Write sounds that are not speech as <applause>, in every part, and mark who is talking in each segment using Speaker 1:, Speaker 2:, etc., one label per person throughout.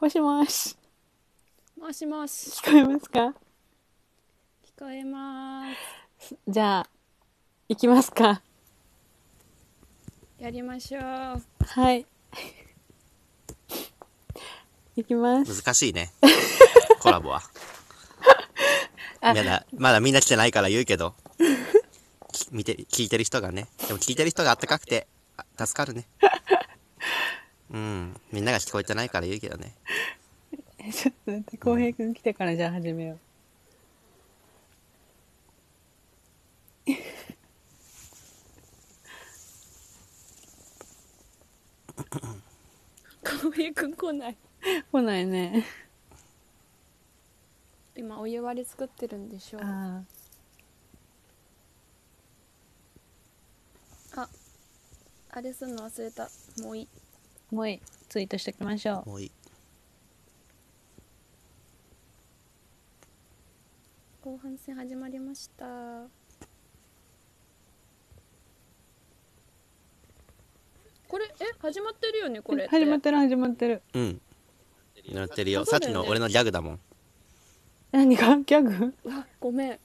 Speaker 1: もしもし、
Speaker 2: もしもし、
Speaker 1: 聞こえますか
Speaker 2: 聞こえます。
Speaker 1: じゃあ、行きますか。
Speaker 2: やりましょう。
Speaker 1: はい。行きます。
Speaker 3: 難しいね。コラボは。
Speaker 1: あ
Speaker 3: まだ、まだみんな来てないから言うけど。き見て、聞いてる人がね。でも聞いてる人があったかくて、あ助かるね。うん。みんなが聞こえてないから言うけどね。
Speaker 1: ちょっと待って、浩平くん来てからじゃあ始めよう。
Speaker 2: 浩平くん来ない。
Speaker 1: 来ないね。
Speaker 2: 今お湯割り作ってるんでしょう。
Speaker 1: あ
Speaker 2: あ、あれすんの忘れた。もういい。
Speaker 1: あ、もういい。ツイートしておきましょう。
Speaker 3: もういい。
Speaker 2: 後半戦始まりました。これえ始まってるよねこれって。
Speaker 1: 始まってる、始まってる。
Speaker 3: うん。乗ってるよ。
Speaker 2: そ
Speaker 3: さ
Speaker 2: う
Speaker 3: っ
Speaker 2: だ
Speaker 3: き
Speaker 2: よね
Speaker 3: の俺のギャグだもん。
Speaker 1: 何かギャグ
Speaker 2: うわごめん。
Speaker 3: う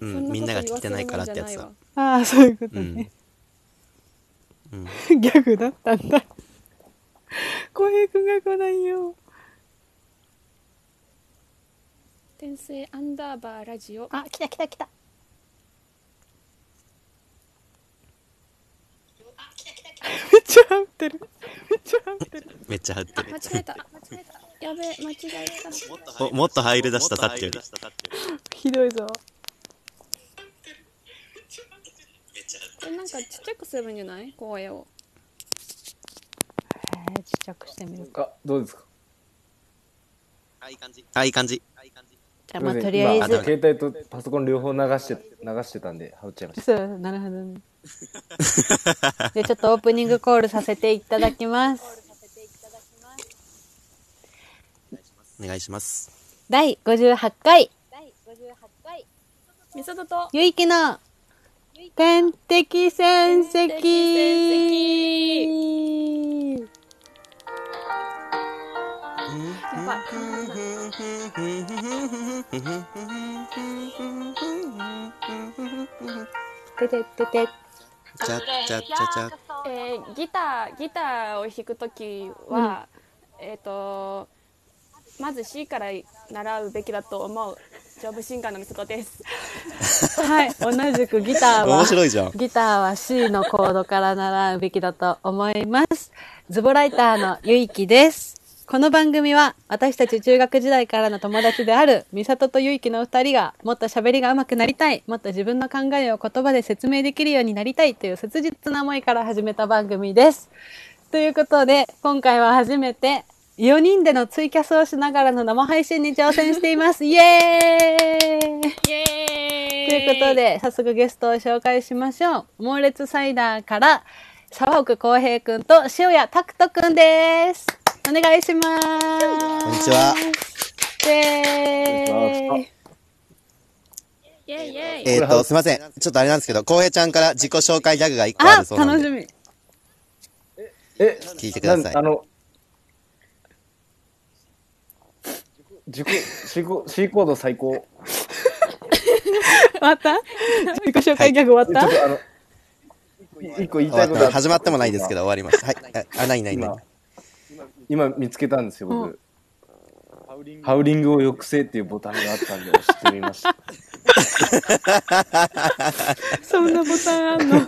Speaker 2: そ
Speaker 3: ん。
Speaker 2: こ
Speaker 3: み
Speaker 2: と
Speaker 3: んなが
Speaker 2: 言
Speaker 3: 聞
Speaker 2: わ
Speaker 3: い
Speaker 2: せ
Speaker 3: て
Speaker 2: る
Speaker 3: な
Speaker 2: も
Speaker 3: い
Speaker 2: ん
Speaker 3: からっ
Speaker 2: じゃ
Speaker 3: てや
Speaker 2: な
Speaker 3: つ
Speaker 2: いわ
Speaker 3: さ。
Speaker 1: ああ、そういうこと
Speaker 3: うん
Speaker 1: ね。。
Speaker 3: うん。
Speaker 1: ギャグだったんだ。浩平くんが来ないよ。
Speaker 2: 転生アンダーバーラジオ。
Speaker 1: あ、来た来た来た。めっちゃ合ってる。めっちゃ合ってる。
Speaker 3: めっちゃ入って
Speaker 2: 間
Speaker 3: る
Speaker 2: 違。えた。間違えた。やべえ間違えた。
Speaker 3: お、もっと入り出した、さっきより。
Speaker 1: ひどいぞ。
Speaker 2: これなんかちっちゃくするんじゃない声を。
Speaker 1: えー、ちっちゃくしてみる。
Speaker 4: あ、どうですか。
Speaker 3: あ、いい感じ。あ、いい感
Speaker 1: じ
Speaker 3: じ。
Speaker 1: ゃあ
Speaker 4: すい
Speaker 1: まあ
Speaker 4: せん
Speaker 1: とりあえ
Speaker 4: 今
Speaker 1: ず。
Speaker 4: 携帯とパソコン両方流して、流してたんで、はっちゃいまし
Speaker 1: そう、なるほどね。で、ちょっとオープニングコールさせていただきます。
Speaker 3: お願いします。
Speaker 1: 第58回、
Speaker 2: みさとと。
Speaker 1: ゆいきの天敵戦
Speaker 2: 天敵
Speaker 1: 績
Speaker 2: やばい。
Speaker 1: てててて。
Speaker 3: ちゃちゃちゃちゃ。
Speaker 2: えーギターギターを弾くときは、えっ、とまず C から習うべきだと思うジョブシンガーのみそとです。
Speaker 1: はい、同じくギターは。
Speaker 3: 面白いじゃん。
Speaker 1: ギターは C のコードから習うべきだと思います。ズボライターのゆいきです。この番組は私たち中学時代からの友達である美里とゆいきのお二人がもっと喋りが上手くなりたい、もっと自分の考えを言葉で説明できるようになりたいという切実な思いから始めた番組です。ということで、今回は初めて4人でのツイキャスをしながらの生配信に挑戦しています。イエーイ
Speaker 2: イエ
Speaker 1: ということで、早速ゲストを紹介しましょう。猛烈サイダーから、沢奥浩平くんと塩谷拓人くんです。お願いします。こ
Speaker 3: こんにちは。
Speaker 1: で
Speaker 4: お願いし
Speaker 2: イエイイエイ。
Speaker 3: えっ、と、すいません。ちょっとあれなんですけど、浩平ちゃんから自己紹介ギャグが一個あ
Speaker 1: あ
Speaker 3: る、そうな
Speaker 1: 楽し
Speaker 3: んで、
Speaker 1: み。
Speaker 4: た。え、
Speaker 3: 聞いてください
Speaker 4: なんあの。自己、自己、C コード最高。
Speaker 1: 終わった自己紹介ギャグ終
Speaker 4: ちょ
Speaker 1: わっ
Speaker 4: っ
Speaker 1: た、
Speaker 4: とあの、い一個言い
Speaker 3: 終わ
Speaker 4: たい
Speaker 3: っ
Speaker 4: こと
Speaker 3: た。
Speaker 4: あ
Speaker 3: 始まってもないですけど、終わりました。はい。あ、あないないない
Speaker 4: 今。今見つけたんですよ、
Speaker 1: うん
Speaker 4: 僕。ハウリングを抑制っていうボタンがあったんで押してみま
Speaker 1: <laughs>
Speaker 4: した。
Speaker 1: そんなボタンあ
Speaker 3: <laughs>
Speaker 1: んの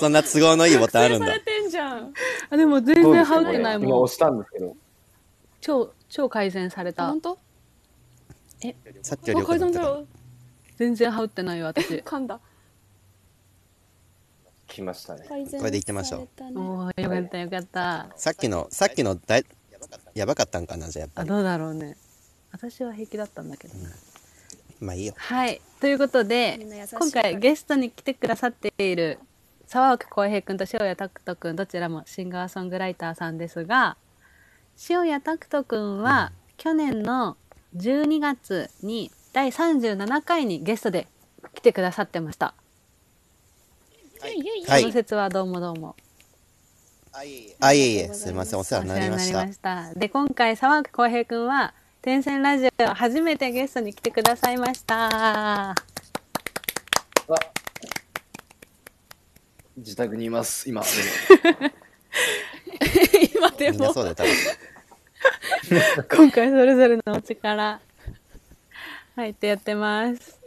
Speaker 3: そんな都合のいいボタンあるん
Speaker 2: さ
Speaker 3: だ
Speaker 2: れ。てんじゃん。
Speaker 1: あ、でも全
Speaker 4: どうで
Speaker 1: 然
Speaker 4: すか
Speaker 1: 羽織
Speaker 4: こ
Speaker 1: っ
Speaker 4: れ
Speaker 1: てない
Speaker 4: 今
Speaker 1: もん
Speaker 4: 押。したんですけど。
Speaker 1: 超、超改善された
Speaker 2: 本。当？
Speaker 3: さっきより
Speaker 2: あ
Speaker 3: 良
Speaker 2: こ
Speaker 3: く
Speaker 2: れ
Speaker 3: な
Speaker 2: ど
Speaker 3: っ
Speaker 2: ん
Speaker 3: た
Speaker 2: だ
Speaker 3: から。
Speaker 2: ろ
Speaker 1: 全然羽織ってないよ、私。
Speaker 2: 噛んだ。
Speaker 4: 来ましたね。
Speaker 2: 改善
Speaker 3: これでいってみましょう
Speaker 2: されたね
Speaker 1: おー、よかったよかった。
Speaker 3: さっきの、さっきのだい、やばかったんかな、じゃあやっぱ
Speaker 1: あ、
Speaker 3: り。
Speaker 1: どうだろうね。私は平気だったんだけどな。
Speaker 3: まあいいよ。
Speaker 1: はい。ということで
Speaker 2: みんな優しい、
Speaker 1: 今回ゲストに来てくださっている沢奥浩平くんと塩谷拓人くん、どちらもシンガーソングライターさんですが、塩谷拓人くんは去年の12月に第37回にゲストで来てくださってました。
Speaker 2: イエイイエイイエイ
Speaker 3: はい
Speaker 1: その説はどうもどうも。
Speaker 3: あ、いえいえ、すみません、お世話になりまし
Speaker 1: お世話
Speaker 3: た
Speaker 1: になり。ましたで今回沢木浩平くんは天線ラジオ初めてゲストに来てくださいました
Speaker 4: 自宅にいます、今。
Speaker 2: 今で
Speaker 3: みんな
Speaker 2: も
Speaker 3: そうで多分。
Speaker 1: 今回それぞれのお家から入ってやってます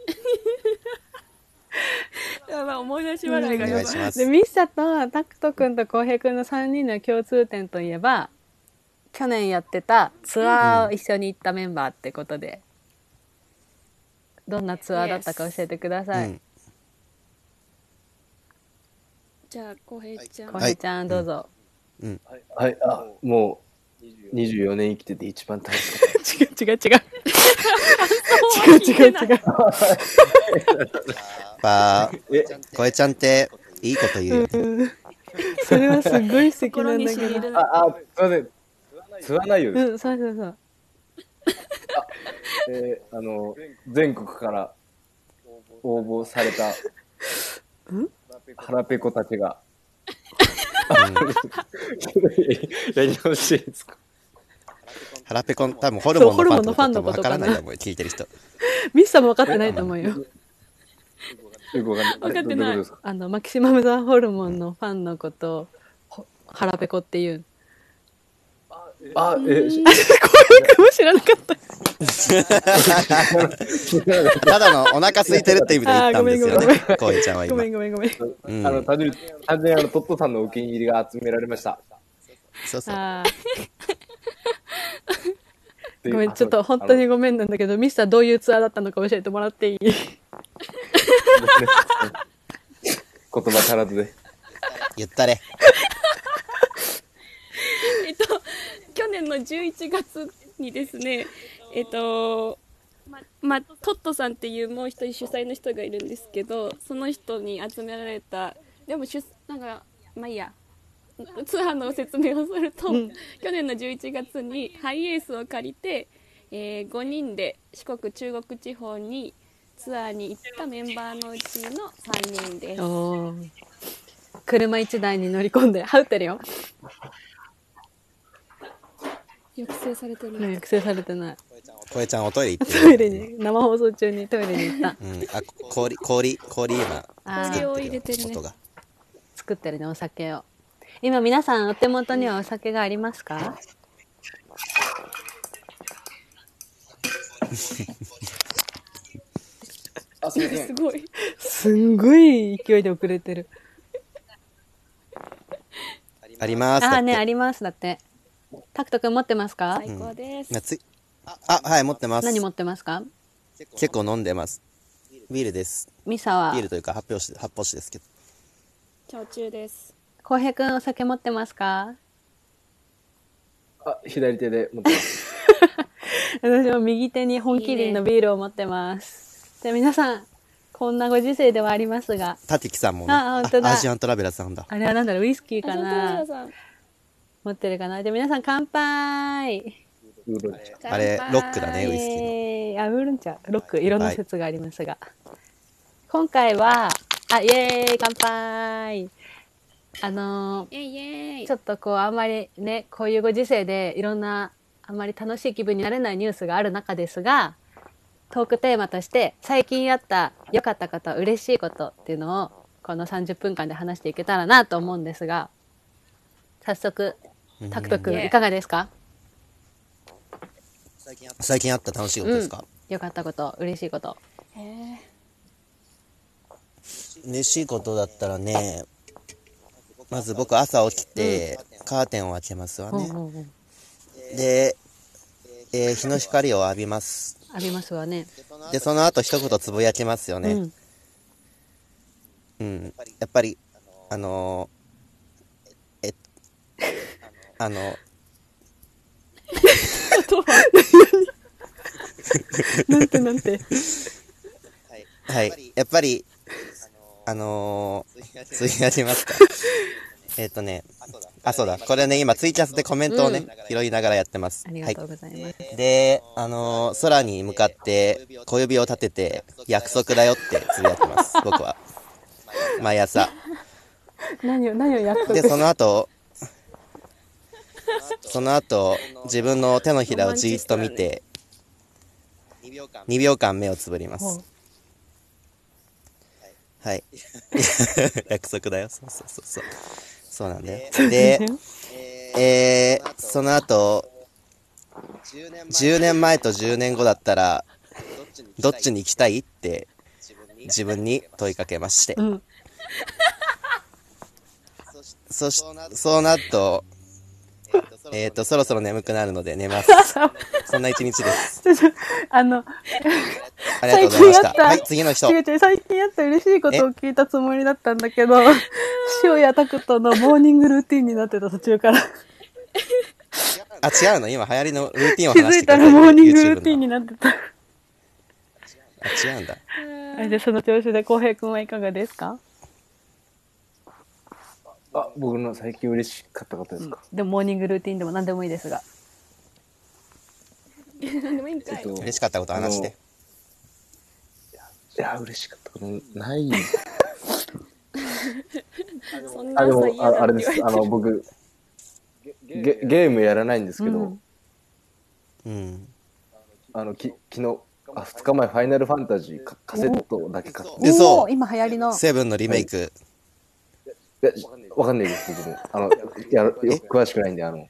Speaker 2: やばい思い出し笑いが
Speaker 3: お
Speaker 2: やばい
Speaker 3: 願いします
Speaker 1: で。ミッシャとタクト君と浩平君の3人の共通点といえば去年やってたツアーを一緒に行ったメンバーってことで、どんなツアーだったか教えてくだ
Speaker 3: う
Speaker 1: さい
Speaker 3: ん。
Speaker 2: じゃあ浩平ちゃん、
Speaker 1: 浩平、ちゃんどうぞ、
Speaker 4: はい、あ、もう、24年生きてて一番大切かっ
Speaker 1: 違う違う違う
Speaker 2: 違う違う違う
Speaker 1: <laughs>
Speaker 3: ば
Speaker 4: え
Speaker 3: こえちゃんって、いいこと言うよね。
Speaker 1: それはすごい素敵なん <laughs>
Speaker 2: <laughs> 心に
Speaker 1: だけ
Speaker 2: 染み
Speaker 1: ど
Speaker 2: る
Speaker 4: た。あ、あ、すいません。吸わないよう
Speaker 1: う
Speaker 4: です。
Speaker 1: んそうそうそう
Speaker 4: えーあの、全国から応募された、腹ペコたち <laughs> が。やり直していいですか
Speaker 3: 腹ペコン、多分ホルモンのファン
Speaker 1: そうホ
Speaker 3: の
Speaker 1: ルモンのファンの
Speaker 3: こ
Speaker 1: ことと
Speaker 3: も
Speaker 1: か
Speaker 3: わか
Speaker 1: な
Speaker 3: らないと思うよ、聞いてる人。 <laughs>
Speaker 1: ミッサも分かってないと思うよ
Speaker 4: よくわかんな
Speaker 2: わ
Speaker 4: い。
Speaker 2: かってない
Speaker 4: どういうことですか
Speaker 1: あのマキシマムザホルモンのファンのことをほ腹ペコっていう
Speaker 4: あ、え、し
Speaker 1: 浩平君 <laughs> も知らなかった
Speaker 3: ただのお腹空いてるって意味で言ったんですよ
Speaker 1: あーごめんごめん
Speaker 3: ね。こえちゃんは
Speaker 1: ご
Speaker 3: 今
Speaker 1: め。んごめんごめん
Speaker 3: うん
Speaker 4: あの、単純に、単純にあの、トットさんのお気に入りが集められました。
Speaker 3: そうそう。
Speaker 1: あ
Speaker 4: て
Speaker 1: ー
Speaker 4: いう
Speaker 1: ごめん
Speaker 4: あ
Speaker 1: ちょっと本当にごめんなんだけどミスターどういうツアーだったのか教えてもらっていい
Speaker 4: <laughs> 言葉足らずで。
Speaker 3: 言ったれ。
Speaker 2: <laughs> えっと去年の11月にですねえっとまあトットさんっていうもう一人主催の人がいるんですけどその人に集められたでも主なんかまあいいやツアーの説明をすると、去年の11月にハイエースを借りて、え5人で四国中国地方にツアーに行ったメンバーのうちの3人です。
Speaker 1: おー車一台に乗り込んで羽打ってるよ
Speaker 2: 抑制されてる
Speaker 1: 抑制されてない
Speaker 3: こえちゃんおトイレ行って
Speaker 1: ト
Speaker 3: る。
Speaker 1: イレに生放送中にトイレに行った
Speaker 3: うん。あ、氷、氷、氷今、
Speaker 1: あー
Speaker 2: 氷を入れてるね
Speaker 3: 音が。
Speaker 1: 作ってるねお酒を今皆さんお手元にはお酒がありますか
Speaker 4: あ、すいませ
Speaker 2: す。ごい
Speaker 1: すんごい勢いで遅れてる
Speaker 3: あります。
Speaker 1: あ
Speaker 3: だ
Speaker 1: あ
Speaker 3: っ
Speaker 1: ねあ
Speaker 3: て。
Speaker 1: りますだってタクト君持ってますか、
Speaker 2: 最高です。
Speaker 3: なついあ、はい、持ってます。
Speaker 1: 何持ってますか
Speaker 3: 結構飲んでます。ビールです。
Speaker 1: ミサは
Speaker 3: ビールというか発表し、発泡酒ですけど。
Speaker 2: 焼酎です。
Speaker 1: 浩平君お酒持ってますか
Speaker 4: あ、左手で持ってます。
Speaker 1: 私も右手に本麒麟のビールを持ってますじゃあ皆さんこんなご時世ではありますが
Speaker 3: タティキさんもね。
Speaker 1: あ本当だ
Speaker 3: アジアントラベラーさんだ。
Speaker 1: あれはなんだろうウイスキー
Speaker 2: あ
Speaker 1: か
Speaker 2: じゃあ
Speaker 1: な
Speaker 2: 田村さん
Speaker 1: 持ってるかなじゃあ皆さん乾杯
Speaker 4: ウーロン茶
Speaker 3: あれ、ロックだね、ウイス
Speaker 1: イ
Speaker 3: キーの。
Speaker 1: エーイあウーロン茶ロックいろんな説がありますが、今回はあイエーイ乾杯あのー
Speaker 2: イェイイェイ
Speaker 1: ちょっとこうあんまりねこういうご時世でいろんなあんまり楽しい気分になれないニュースがある中ですがトークテーマとして最近あった良かったこと嬉しいことっていうのをこの30分間で話していけたらなと思うんですが早速タクト
Speaker 2: う
Speaker 1: 君
Speaker 2: ん
Speaker 1: いかがですか
Speaker 3: 最近あった楽しいことですか、
Speaker 1: 良かったこと嬉しいこと
Speaker 2: えー
Speaker 3: 嬉しいことだったらねまず僕朝起きて、カーテンを開けますわね、
Speaker 1: うんうんうん
Speaker 3: で、えー日の光を浴びます
Speaker 1: ありますわね。
Speaker 3: でその後一言つぶやきますよ
Speaker 1: う
Speaker 3: ね
Speaker 1: ん、
Speaker 3: うん、やっぱりあのーえあの
Speaker 1: なんてなんて。
Speaker 3: はいやっぱりあのーつぶやきま
Speaker 1: <laughs>
Speaker 3: すかえっとねあそうだこれね今ツイキャスでコメントをね、拾いながらやってます
Speaker 1: あり
Speaker 3: は
Speaker 1: が
Speaker 3: い
Speaker 1: とうございます。
Speaker 3: で、あのー空に向かって小指を立てて、約束だよってつぶやきます、僕は。毎朝。
Speaker 1: 何を何を約束
Speaker 3: で、その後、その後、自分の手のひらをじーっと見て、2秒間目をつぶります。はい。 <laughs> 約束だよ。そうそうそうそう。そうなんだよ。で、えー、その後、10年前と10年後だったら、どっちに行きたいって自分に問いかけまして。
Speaker 1: うん。 <laughs>
Speaker 3: そし、そうなると、えっ、と、そろそろ眠くなるので寝
Speaker 1: <laughs>
Speaker 3: ます。そんな一日です。
Speaker 1: あの、
Speaker 3: ありがとう
Speaker 1: 最
Speaker 3: ご
Speaker 1: 近
Speaker 3: ざいま
Speaker 1: や
Speaker 3: し。
Speaker 1: ったた。
Speaker 3: はい、次の人。
Speaker 1: 違う違う、最近やった嬉しいことを聞いたつもりだったんだけど、塩谷拓人のモーニングルーティンになってた途中から。
Speaker 3: あ、違うの今流行りのルーティンを
Speaker 1: 気
Speaker 3: 話
Speaker 1: づ
Speaker 3: し
Speaker 1: い
Speaker 3: て
Speaker 1: た
Speaker 3: くだ
Speaker 1: ら
Speaker 3: さい。
Speaker 1: モーニングルーティ
Speaker 3: YouTube
Speaker 1: ン
Speaker 3: の
Speaker 1: になってた。
Speaker 3: あ、違うんだ。
Speaker 1: あれで、その調子で、浩平くんはいかがですか
Speaker 4: あ、僕の最近嬉しかったことですか。
Speaker 1: でも、モーニングルーティンでも何でもいいですが。
Speaker 2: 何でもいいんかい。
Speaker 4: と
Speaker 3: 嬉しかったこと話して。
Speaker 4: いや、嬉しかったことない。
Speaker 2: そんな
Speaker 4: あ、で
Speaker 2: 朝
Speaker 4: も
Speaker 2: 嫌、だ
Speaker 4: ああれ
Speaker 2: っ
Speaker 4: で
Speaker 2: て言われて
Speaker 4: す。あの、僕、ゲゲームやらないんですけど、
Speaker 1: うん
Speaker 3: うん。
Speaker 4: あの、き昨日、あ、2日前、ファイナルファンタジーカカセットだけ買って。
Speaker 3: でそう
Speaker 1: おー今流行りの。
Speaker 3: セブンのリメイク。
Speaker 4: いや、わかんないです、僕も。あの、いや、よ詳しくないんで、あの、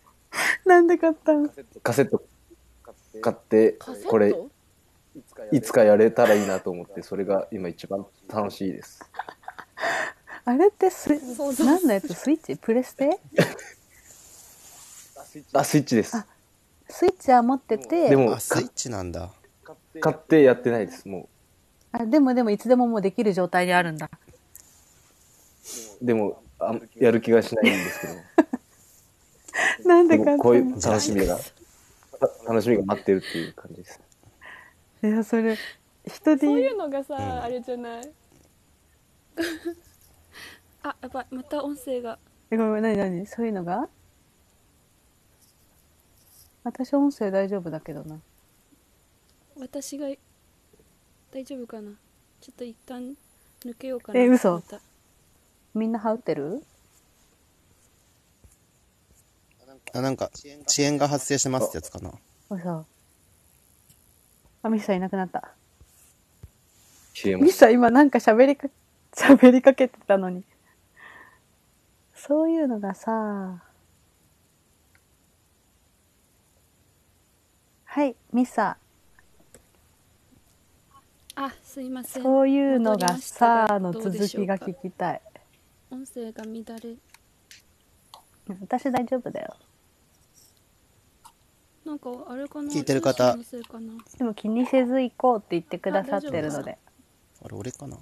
Speaker 1: なんで買ったの
Speaker 4: カセット買って
Speaker 2: カセッ、ト
Speaker 4: これ、いつかやれたらいいなと思って、それが今一番楽しいです。
Speaker 1: あれってスイ
Speaker 2: そうそ、う
Speaker 1: 何のやつスイッチプレステ
Speaker 4: あ、スイッチです。
Speaker 1: スイッチは持ってて、
Speaker 4: でも、
Speaker 3: あ、スイ
Speaker 4: か
Speaker 3: ッチなんだ。
Speaker 4: 買ってやってないです、も
Speaker 1: あでもでもいつでももうできる状態にあるんだ。
Speaker 4: う。でも、あんやる気がしないんですけど。
Speaker 1: なん
Speaker 4: で
Speaker 1: で買っ
Speaker 4: もこ
Speaker 1: た
Speaker 4: ういう
Speaker 1: の
Speaker 4: 楽しみが、た楽しみが待ってるっていう感じです。
Speaker 1: いや、それ、人
Speaker 2: そうい
Speaker 1: に、
Speaker 2: うのがさ、あれじゃない <laughs> あやばいまた音声が
Speaker 1: えごめん、なになにそういうのが私音声大丈夫だけどな。
Speaker 2: 私が大丈夫かなちょっと一旦抜けようかな
Speaker 1: え嘘
Speaker 2: また
Speaker 1: みんな羽織ってる
Speaker 3: あ、なんか、遅延が発生してますってやつかな。
Speaker 1: 嘘。あ、ミスさんいなくなった。
Speaker 4: 消えま
Speaker 1: ミ
Speaker 4: し
Speaker 1: スさん今なんか喋りか、喋りかけてたのに。そういうのがさ、はい、ミスさん。
Speaker 2: あすいません
Speaker 1: そういうのがさあの
Speaker 2: 戻
Speaker 1: 続
Speaker 2: りました
Speaker 1: きが
Speaker 2: がどうでしょうか
Speaker 1: 聞きたい。
Speaker 2: 音声が乱れ
Speaker 1: 私大丈夫だよ。
Speaker 2: なんかあれかな
Speaker 3: 聞いてる方
Speaker 2: 音声かな
Speaker 1: でも気にせず行こうって言ってくださってるので、
Speaker 3: あれ、俺かな。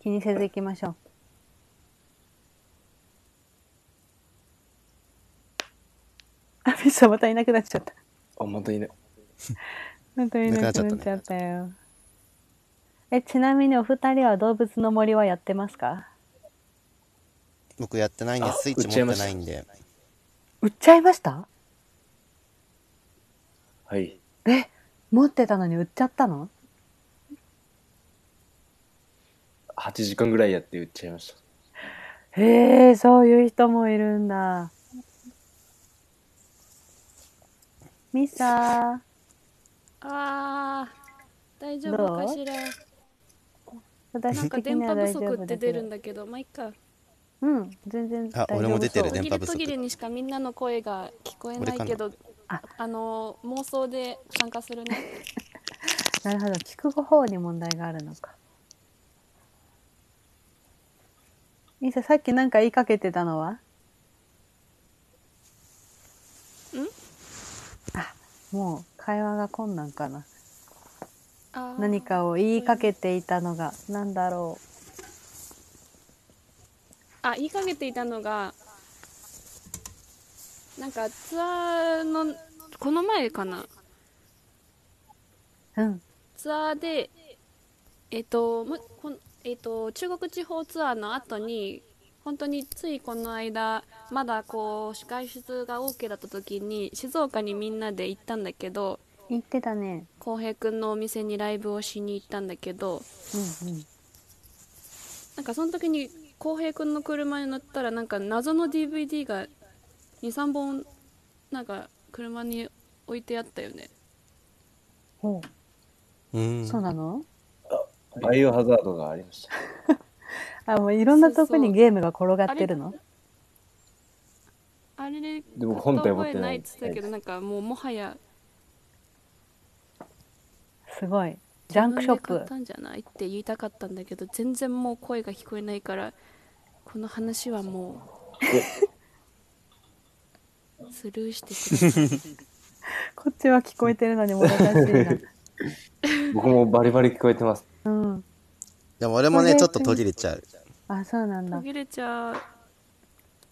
Speaker 1: 気にせず行きましょう。 <laughs> あ、ミスさんまたいなくなっちゃった。
Speaker 4: た。あ、またいない。
Speaker 1: またいなくなっちゃ
Speaker 3: なくな
Speaker 1: っ
Speaker 3: っち
Speaker 1: たよ。え、ちなみにお二人は動物の森はやってますか
Speaker 3: 僕やってないんで、スイッチ持ってないんで。
Speaker 1: 売っちゃいました
Speaker 4: はい。
Speaker 1: え、持ってたのに売っちゃったの
Speaker 4: 8時間ぐらいやって売っちゃいました。
Speaker 1: へえ、そういう人もいるんだ。ミサ
Speaker 2: あー大丈夫かしらな
Speaker 1: 私
Speaker 2: んか
Speaker 1: 的
Speaker 2: 電
Speaker 1: に
Speaker 2: 波
Speaker 1: は
Speaker 2: 不
Speaker 1: 大丈
Speaker 2: 足
Speaker 1: 夫
Speaker 2: って
Speaker 1: だ
Speaker 2: 出
Speaker 1: け
Speaker 2: る
Speaker 1: ど
Speaker 2: ん。だ
Speaker 1: <laughs>
Speaker 2: けどまあいっか
Speaker 1: うん、全然大
Speaker 3: あ
Speaker 1: 丈夫
Speaker 3: 俺も出てる
Speaker 1: そう
Speaker 2: 途
Speaker 3: 電
Speaker 2: 切れ
Speaker 3: 波不足
Speaker 2: 途切れにしかみんなの声が聞こえないけど
Speaker 1: あ
Speaker 2: あの妄想で参加するね
Speaker 1: なるほど、聞く方に問題があるのか。ミサ、さっきなんか言いかけてたのはんあ、もう会話が困難かな。
Speaker 2: あー
Speaker 1: <laughs> 何かを言いかけていたのが、なんだろう。
Speaker 2: あ言いかけていたのがなんかツアーのこの前かな
Speaker 1: うん、
Speaker 2: ツアーでえっ、ともこんえっ、と中国地方ツアーの後に本当についこの間まだこう外出が OK だった時に静岡にみんなで行ったんだけど
Speaker 1: 言ってたね。
Speaker 2: 浩平くんのお店にライブをしに行ったんだけど
Speaker 1: うんうん。
Speaker 2: なんかその時に浩平君の車に乗ったらなんか謎の DVD が23本なんか車に置いてあったよね
Speaker 1: ほ
Speaker 3: うん
Speaker 1: うそうなの
Speaker 4: バイオハザードがありました。
Speaker 1: あ、もういろんなとこ
Speaker 2: そうそ
Speaker 1: に
Speaker 2: う
Speaker 1: ゲームが転がってるの
Speaker 2: あれで買
Speaker 4: でも本体持ってな
Speaker 2: 覚えない
Speaker 4: い
Speaker 2: って言ってたけどなんかもうもはや
Speaker 1: すごい。ジャンクショッ
Speaker 2: 自分で買っ
Speaker 1: プ。
Speaker 2: たんじゃないって言いたかったんだけど全然もう声が聞こえないからこの話はもうスルーしてしまう
Speaker 1: こっちは聞こえてるのにもどかしい
Speaker 2: <laughs>
Speaker 4: 僕もバリバリ聞こえてます。
Speaker 1: な。うん。
Speaker 3: でも俺もね、ちょっと途切れちゃう。
Speaker 1: あ、そうなん <laughs> だ
Speaker 2: 途。切れちゃう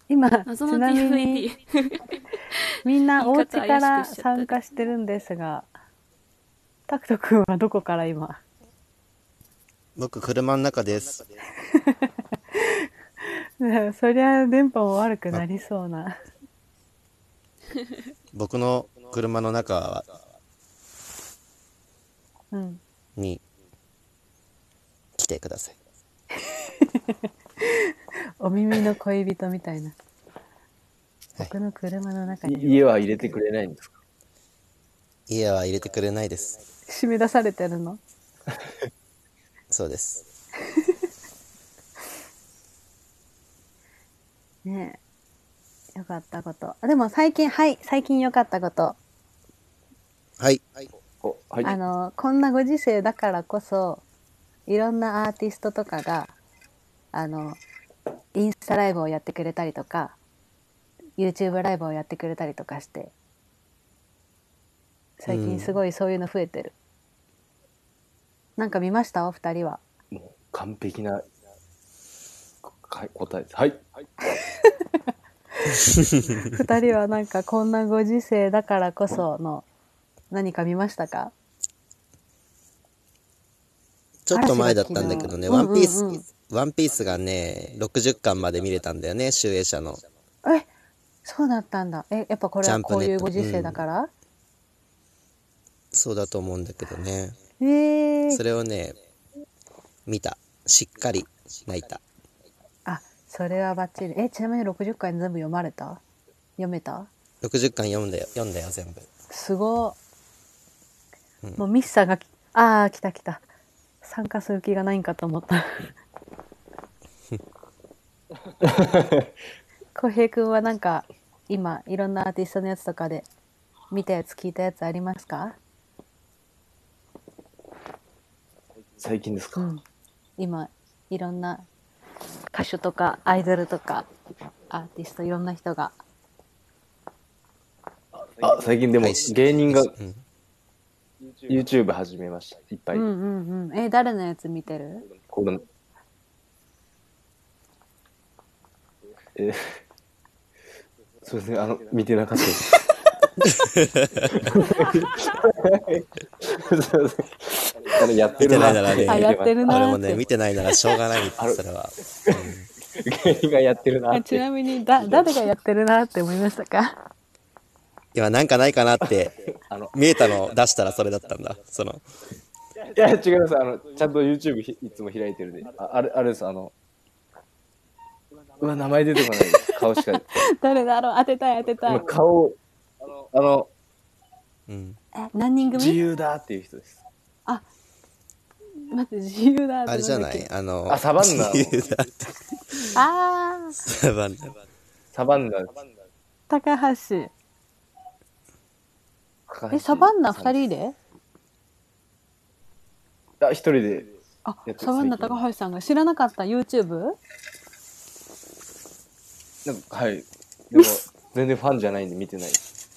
Speaker 1: 今、ち
Speaker 2: 謎の
Speaker 1: なみに
Speaker 2: DVD
Speaker 1: <laughs> みんなお家か
Speaker 2: 言い方
Speaker 1: ら
Speaker 2: 怪しくしちゃった
Speaker 1: 参加してるんですが、タクト君はどこから今 <laughs>
Speaker 3: 僕、車の中です。
Speaker 1: ねそりゃ電波も悪くなりそうな。
Speaker 3: 僕の車の中は
Speaker 1: うん。
Speaker 3: に来てください。
Speaker 1: お耳の恋人みたいな。
Speaker 3: はい
Speaker 1: 僕の車の中
Speaker 4: い
Speaker 1: に
Speaker 4: 家は入れてくれないんですか
Speaker 3: 家は入れてくれないです。
Speaker 1: 締め出されてるの。
Speaker 3: そうです。
Speaker 1: ねえ。よかったこと。あでも最近、はい、最近よかったこと。
Speaker 3: はい。
Speaker 4: おはい。
Speaker 1: あの、こんなご時世だからこそ、いろんなアーティストとかが、あの、インスタライブをやってくれたりとか、YouTube ライブをやってくれたりとかして、最近すごいそういうの増えてる。なんか見ましたお二人は。
Speaker 4: もう完璧なか答えです。はい。
Speaker 1: 二人はなんかこんなご時世だからこその何か見ましたか
Speaker 3: ちょっと前だったんだけど
Speaker 1: 嵐
Speaker 3: ね、
Speaker 1: が
Speaker 3: ワ
Speaker 1: 昨日
Speaker 3: ンピース、
Speaker 1: うんうんうん
Speaker 3: ワンピースがね、60巻まで見れたんだよね、集英社の。
Speaker 1: えそうだったんだえやっぱこれはこういうご時世だから、
Speaker 3: そうだと思うんだけどね。
Speaker 1: ええ
Speaker 3: それをね、見た。しっかり泣いた。
Speaker 1: あそれはバッチリえちなみに60回全部読まれた読めた
Speaker 3: 60巻読んだよ、読んだよ、全部。
Speaker 1: すごい、
Speaker 3: うん
Speaker 1: もうミッサーがきああ来た来た参加する気がないんかと思った
Speaker 3: <laughs>
Speaker 1: 浩平君はなんか今いろんなアーティストのやつとかで見たやつ聞いたやつありますか、
Speaker 4: 最近です
Speaker 1: う
Speaker 4: か、
Speaker 1: ん、今いろんな歌手とかアイドルとかアーティストいろんな人が
Speaker 4: あ、最近でも
Speaker 3: はい
Speaker 4: 芸人が
Speaker 3: うん。
Speaker 4: YouTube 始めました。いっぱい。
Speaker 1: うんうんうんえ誰のやつ見てる
Speaker 4: このえーそうですね、あの、見てなかったです。すいませんあのやってるな
Speaker 3: 見てないならね
Speaker 1: あやってるな
Speaker 3: あれ
Speaker 1: ー
Speaker 3: も
Speaker 1: って
Speaker 3: ね、見てないならしょうがない、
Speaker 4: ある
Speaker 3: それは。
Speaker 4: 芸人がやってるな
Speaker 1: あ
Speaker 4: っ
Speaker 1: ち
Speaker 4: て
Speaker 1: なみにだ誰がやってるなって思いましたか <laughs>
Speaker 3: 今なんかないかなって、
Speaker 4: あの
Speaker 3: 見えたの出したらそれだったんだ。その、
Speaker 4: いや違いますあのちゃんと YouTube ひいつも開いてるんでああれあれですあのうわ名前出てこないです顔しか
Speaker 1: 誰だろう当てたい当てた
Speaker 4: も
Speaker 1: いう
Speaker 4: 顔あの
Speaker 3: うん。
Speaker 1: え何人
Speaker 4: 自
Speaker 1: 組
Speaker 4: 由だっていう人です
Speaker 1: 待って自由だ
Speaker 3: あれじゃないあの、
Speaker 4: あサバン
Speaker 3: <laughs>
Speaker 4: ナ
Speaker 3: 自由だって
Speaker 1: ああー
Speaker 3: サバンナ。
Speaker 4: サバンナ
Speaker 1: 高橋
Speaker 4: 高橋
Speaker 1: えサバンナ
Speaker 4: さ
Speaker 1: 二
Speaker 4: ん
Speaker 1: 人で
Speaker 4: あ一人で
Speaker 1: あ
Speaker 4: やってる
Speaker 1: サバンナ
Speaker 4: 最近
Speaker 1: 高橋さんが知らなかった YouTube?
Speaker 4: なんかはいでも全然ファンじゃないんで見てない <laughs> です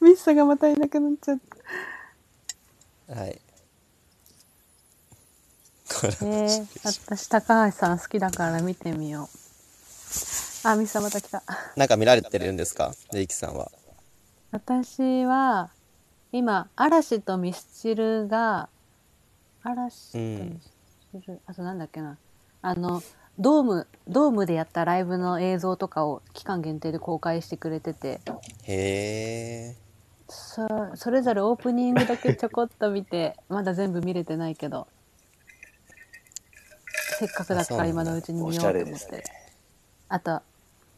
Speaker 1: ミッサがまたいなくなっちゃっ
Speaker 3: はい。これ
Speaker 1: たえー、私高橋さん好きだから見てみようあミッサまた来た
Speaker 3: なんか見られてるんですかで、ゆきさんは。
Speaker 1: 私は今嵐とミスチルが嵐とミスチル、あとなんだっけなあのドームドームでやったライブの映像とかを期間限定で公開してくれてて
Speaker 3: へえ。
Speaker 1: そそれぞれオープニングだけちょこっと見てまだ全部見れてないけどせっかくだ
Speaker 3: あそう
Speaker 1: か
Speaker 3: な
Speaker 1: ら
Speaker 3: んだ
Speaker 1: 今のうちに
Speaker 4: お
Speaker 1: 見よう
Speaker 4: し
Speaker 1: と
Speaker 4: ゃ
Speaker 1: 思
Speaker 4: れ
Speaker 1: っ
Speaker 4: です
Speaker 1: て、
Speaker 4: ね。
Speaker 1: あと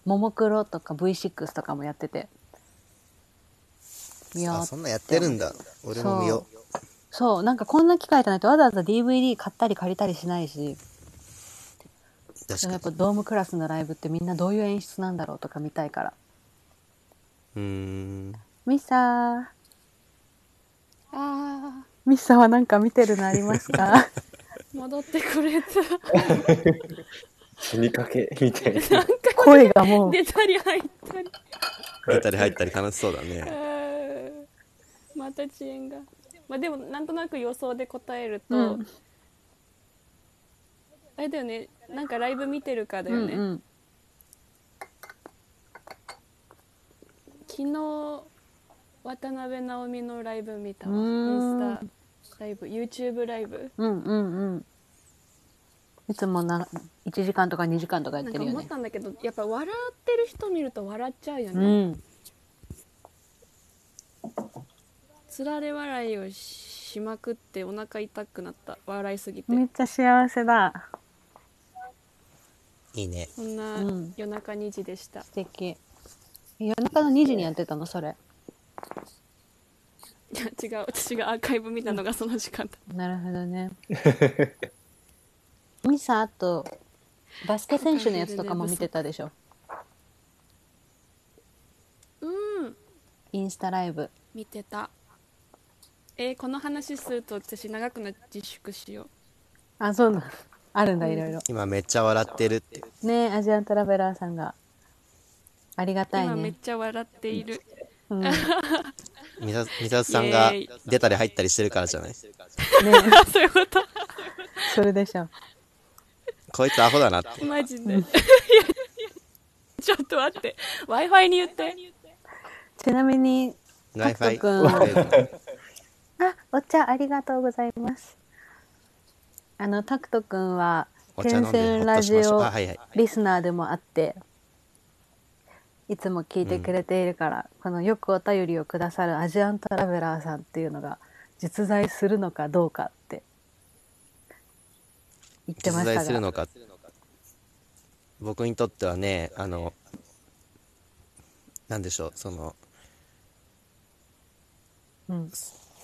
Speaker 1: ももクロとか V6 とかもやってて見よ
Speaker 3: あ、
Speaker 1: う
Speaker 3: そんなんやってるんだ。俺も見よう。
Speaker 1: そうなんかこんな機会じゃないとわざわざ DVD 買ったり借りたりしないしでもや
Speaker 3: 確
Speaker 1: っ
Speaker 3: か
Speaker 1: ぱ
Speaker 3: に。
Speaker 1: ドームクラスのライブってみんなどういう演出なんだろうとか見たいから
Speaker 3: うーん。
Speaker 1: ミサー
Speaker 2: あ
Speaker 1: ミサはなんか見てるのあります
Speaker 2: <laughs>
Speaker 1: か
Speaker 2: ー戻ってこれた
Speaker 4: 死にかけみたいな。
Speaker 1: 声がもう
Speaker 2: 出たり入ったり
Speaker 3: 出たり入ったり楽しそうだ
Speaker 2: あ
Speaker 3: ね。
Speaker 2: ーまた遅延がまあでもなんとなく予想で答えると、
Speaker 1: うん
Speaker 2: あれだよねなんかライブ見てるかだ
Speaker 1: う
Speaker 2: よ
Speaker 1: ん
Speaker 2: ね、
Speaker 1: うん
Speaker 2: 昨日渡辺直美のライブ見たわ
Speaker 1: う
Speaker 2: イ
Speaker 1: ーん
Speaker 2: ンスタライブ YouTube ライブ
Speaker 1: うんうんうんいつもな1時間とか2時間とかやっ
Speaker 2: なん
Speaker 1: て
Speaker 2: か
Speaker 1: るよ
Speaker 2: 思っ
Speaker 1: ね
Speaker 2: たんだけどやっぱ笑ってる人見ると笑っちゃうよ
Speaker 1: う
Speaker 2: ね、
Speaker 1: ん
Speaker 2: つられ笑いをしまくってお腹痛くなった笑いすぎて、
Speaker 1: めっちゃ幸せだ
Speaker 3: いいね。
Speaker 2: そんな
Speaker 1: うん
Speaker 2: 夜中2時でした
Speaker 1: 素、敵夜中の2時にやってたのそれ
Speaker 2: いや <laughs> 違う私がアーカイブ見たのがその時間だ、
Speaker 1: なるほど <laughs> ねミサあとバスケ選手のやつとかも見てたでしょ
Speaker 2: うん
Speaker 1: インスタライブ
Speaker 2: 見てたえーこの話すると私長くなっ自粛しよう
Speaker 1: あそうなんあるんだいろいろ
Speaker 3: 今めっちゃ笑ってるって。
Speaker 1: ねえアジアントラベラーさんがありがたい
Speaker 2: 今めっ
Speaker 1: ね、
Speaker 2: ちゃ笑っている
Speaker 1: うん、ね
Speaker 3: みさ、みささんが
Speaker 2: イエーイ
Speaker 3: 出たり入ったりしてるからじゃない
Speaker 2: あ <laughs> そういうこと
Speaker 1: それでし <laughs> ょ
Speaker 3: こいつアホだなって。
Speaker 2: マジ <laughs> でいやいやちょっと待って w i f i に言って
Speaker 1: ちなみに
Speaker 3: ナイファイ。
Speaker 1: タあお茶ありがとうございますあのタクトくんは
Speaker 3: お茶飲
Speaker 1: 天
Speaker 3: んで
Speaker 1: 線
Speaker 3: ほっ
Speaker 1: ラ
Speaker 3: とし
Speaker 1: ジ
Speaker 3: ましょう。
Speaker 1: オ
Speaker 3: あ、はいはい。
Speaker 1: リスナーでもあっていつも聞いてくれているから、このよくお便りをくださるアジアントラベラーさんっていうのが実在するのかどうかって言ってまし
Speaker 3: 実在
Speaker 1: た
Speaker 3: する
Speaker 1: が
Speaker 3: のか。僕にとってはね、あの、なんでしょう、その、
Speaker 1: うん、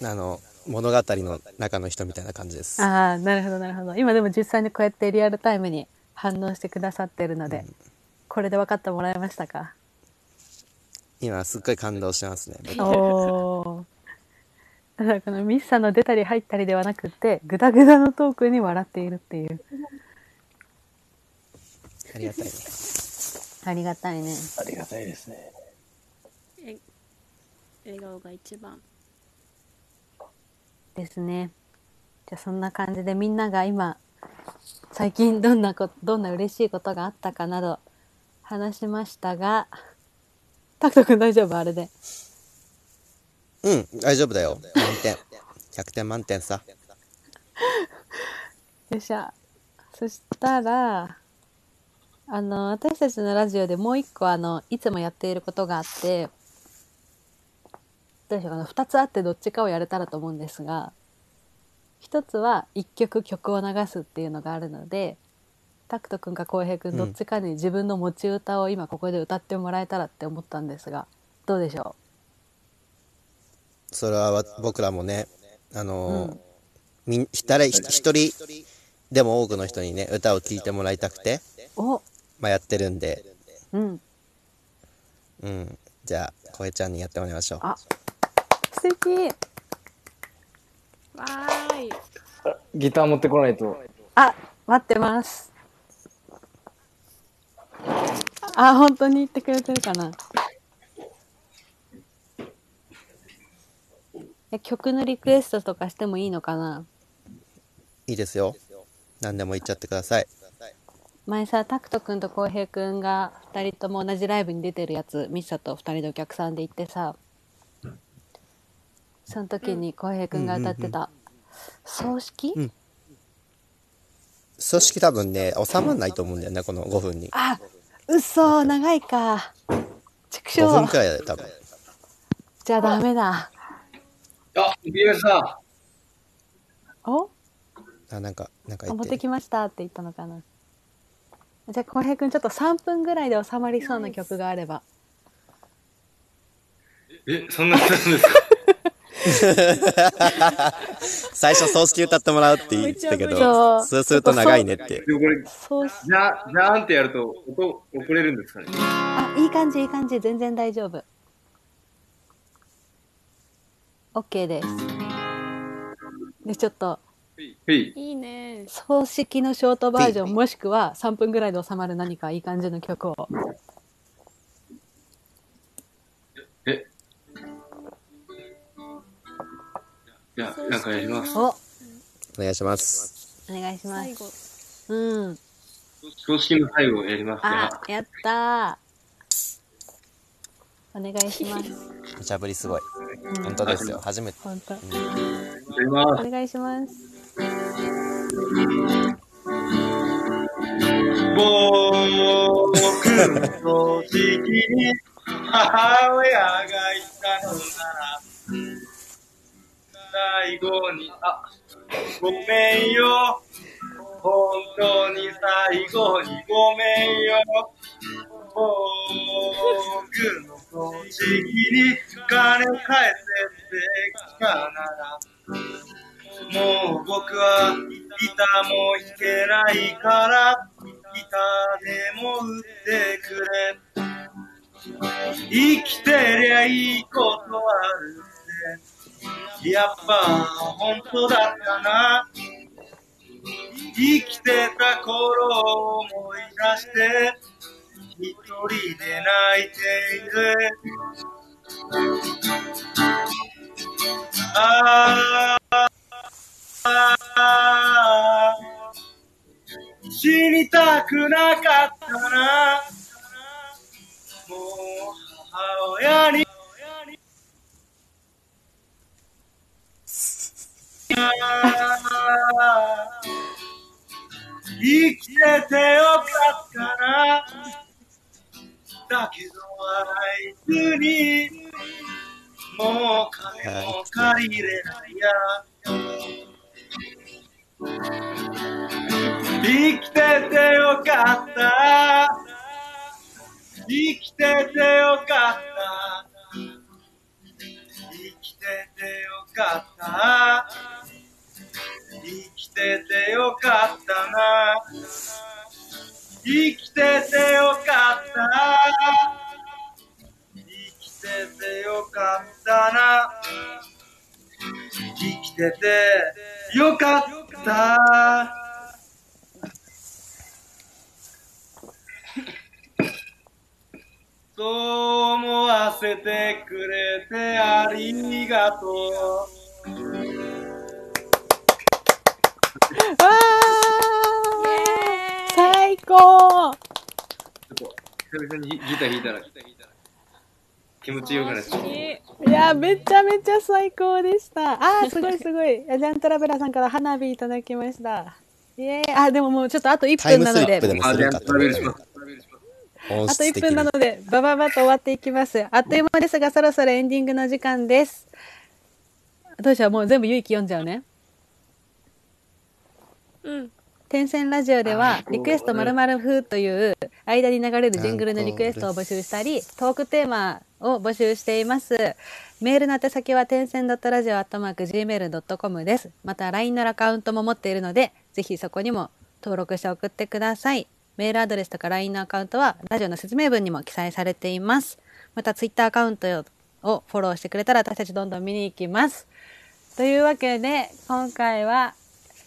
Speaker 3: あの、物語の中の人みたいな感じです。
Speaker 1: ああなるほどなるほど今でも実際にこうやってリアルタイムに反応してくださってるので、これで分かってもらえましたか
Speaker 3: 今すっごい感動してますね。
Speaker 1: <laughs>
Speaker 3: 僕
Speaker 1: おだからこのミッサの出たり入ったりではなくてグダグダのトークに笑っているっていう
Speaker 3: ありがたいね。
Speaker 1: ありがたいね
Speaker 4: ありがたいですね。
Speaker 2: え笑顔が一番
Speaker 1: ですねじゃあそんな感じでみんなが今最近どんなこどんな嬉しいことがあったかなど話しましたがタクト君大丈夫あれで
Speaker 3: うん、大丈夫だよ。満点。100点満点さ。
Speaker 1: よっしゃそしたらあの私たちのラジオでもう一個あのいつもやっていることがあってどうしようかな2つあってどっちかをやれたらと思うんですが1つは1曲曲を流すっていうのがあるのでタクト君か浩平君
Speaker 3: うん
Speaker 1: どっちかに自分の持ち歌を今ここで歌ってもらえたらって思ったんですがどうでしょ
Speaker 3: それはわ僕らもね、あのー
Speaker 1: うん
Speaker 3: みん誰ひ一人でも多くの人にね、歌を聴いてもらいたくて、
Speaker 1: うお
Speaker 3: まあ、やってるんで、
Speaker 1: うん
Speaker 3: うん。じゃあ、こえちゃんにやってもらいましょう。
Speaker 1: あ素敵
Speaker 2: わーい
Speaker 4: ギター持ってこないと。
Speaker 1: あ、待ってます。あ、本当に言ってくれてるかな。え曲のリクエストとかしてもいいのかない
Speaker 3: いですよ。何でも言っちゃってください。
Speaker 1: 前さ、タクト君と浩平君が2人とも同じライブに出てるやつ、ミッサと2人でお客さんで行ってさ、その時に浩平君が歌ってた、葬式、
Speaker 3: うん組織多分ね、収まんないと思うんだよね、この5分に。
Speaker 1: あ、嘘、長いか。畜生
Speaker 3: 5分くらいだよ、多分。
Speaker 1: じゃあダメだ。
Speaker 5: あ、見えました。
Speaker 1: お
Speaker 3: あ、なんか、なんか
Speaker 1: あ
Speaker 3: 言っ
Speaker 1: 持ってて。きましたって言ったのかなじゃあ浩平君ちょっと3分ぐらいで収まりそうな曲があれば
Speaker 5: え、そんなになるんですか
Speaker 3: 最初、葬式歌ってもらうって言ったけど、
Speaker 1: そう
Speaker 3: そうすると長いねって。
Speaker 5: でもこれ、 <laughs>
Speaker 1: そうし
Speaker 5: じゃ、じゃーんってやると、音、遅れるんですかね
Speaker 1: あいい感じいい感じ全然大丈夫 OK ですでちょっと
Speaker 5: はい。
Speaker 2: いいね
Speaker 1: 葬式のショートバージョンもしくは3分ぐらいで収まる何かいい感じの曲を
Speaker 5: え。じゃあ、なんかやります。
Speaker 1: おお
Speaker 3: お願いします。
Speaker 1: 願いしま
Speaker 2: 最
Speaker 1: す
Speaker 2: 後
Speaker 1: うん
Speaker 5: 葬式の最後やります。じゃ
Speaker 1: あ
Speaker 5: あ、
Speaker 1: やったーお願いします
Speaker 3: 無茶ぶりすごい。本当ですよ。初めて。
Speaker 1: 本当
Speaker 5: やります。
Speaker 1: お願いします
Speaker 5: 僕の時期に母親がいたのなら最後にあごめんよ本当に最後にごめんよ僕の時期に金返せってきたならもう僕は板も引けないから板でも打ってくれ生きてりゃいいことあるってやっぱ本当だったな生きてた頃を思い出して一人で泣いているああ死にたくなかったなもう母親にあー生きててよかったなだけどあいつにもう金も借りれないや生きててよかった生きててよかった生きててよかった生きててよかったな生きててよかった生きててよかったな生きててよかったそう思わせてくれてありがとう
Speaker 1: わー最高
Speaker 5: 久々にギター弾いたら気持ちよくなっちゃう。
Speaker 1: いやめちゃめちゃ最高でしたあーすごいすごいジャントラベラーさんから花火いただきましたイエーイあでももうちょっとあと1
Speaker 3: タイ
Speaker 1: 分
Speaker 3: ム
Speaker 1: な
Speaker 3: ス
Speaker 1: の
Speaker 3: リッ
Speaker 1: で
Speaker 3: プでも
Speaker 5: あ、
Speaker 3: す
Speaker 5: じ
Speaker 3: る
Speaker 5: ゃあ
Speaker 3: かと
Speaker 5: トラ
Speaker 3: 思
Speaker 5: ベ
Speaker 3: い
Speaker 5: ル
Speaker 3: ま
Speaker 5: し
Speaker 3: す
Speaker 5: ます。
Speaker 3: 音
Speaker 1: あ
Speaker 3: 質
Speaker 1: と1
Speaker 3: 的
Speaker 1: 分
Speaker 3: に
Speaker 1: なので、バババッと終わっていきます。あっという間ですが、そろそろエンディングの時間です。どうしよう、もう全部ゆいき読んじゃうね。
Speaker 2: うん
Speaker 1: 天線ラジオでは、リクエストまるまる風という、間に流れるジングルのリクエストを募集したり、トークテーマを募集しています。メールの宛先は、天線 .radio.gmail.com です。また、LINE のアカウントも持っているので、ぜひそこにも登録して送ってください。メールアドレスとか LINE のアカウントは、ラジオの説明文にも記載されています。また、Twitter アカウントをフォローしてくれたら、私たちどんどん見に行きます。というわけで今回は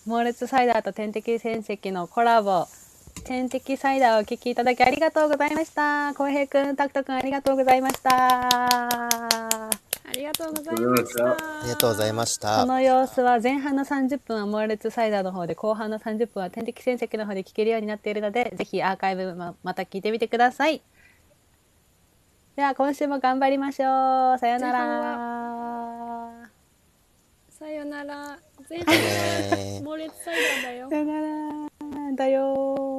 Speaker 1: 猛烈サイダーと天敵戦績のコラボ天敵サイダーをお聞きいただきありがとうございました浩平くんタクトくんありがとうございました
Speaker 2: ありがとうございまし
Speaker 3: あ
Speaker 2: た
Speaker 3: りがとうございまし
Speaker 1: こ
Speaker 3: た。
Speaker 1: の様子は前半の30分は猛烈サイダーの方で後半の30分は天敵戦績の方で聞けるようになっているのでぜひアーカイブもまた聞いてみてくださいでは今週も頑張りましょうさよな
Speaker 2: 前
Speaker 1: ら
Speaker 2: さよなら前
Speaker 3: えー
Speaker 2: 半猛烈サイダーだよ
Speaker 1: さよならだよー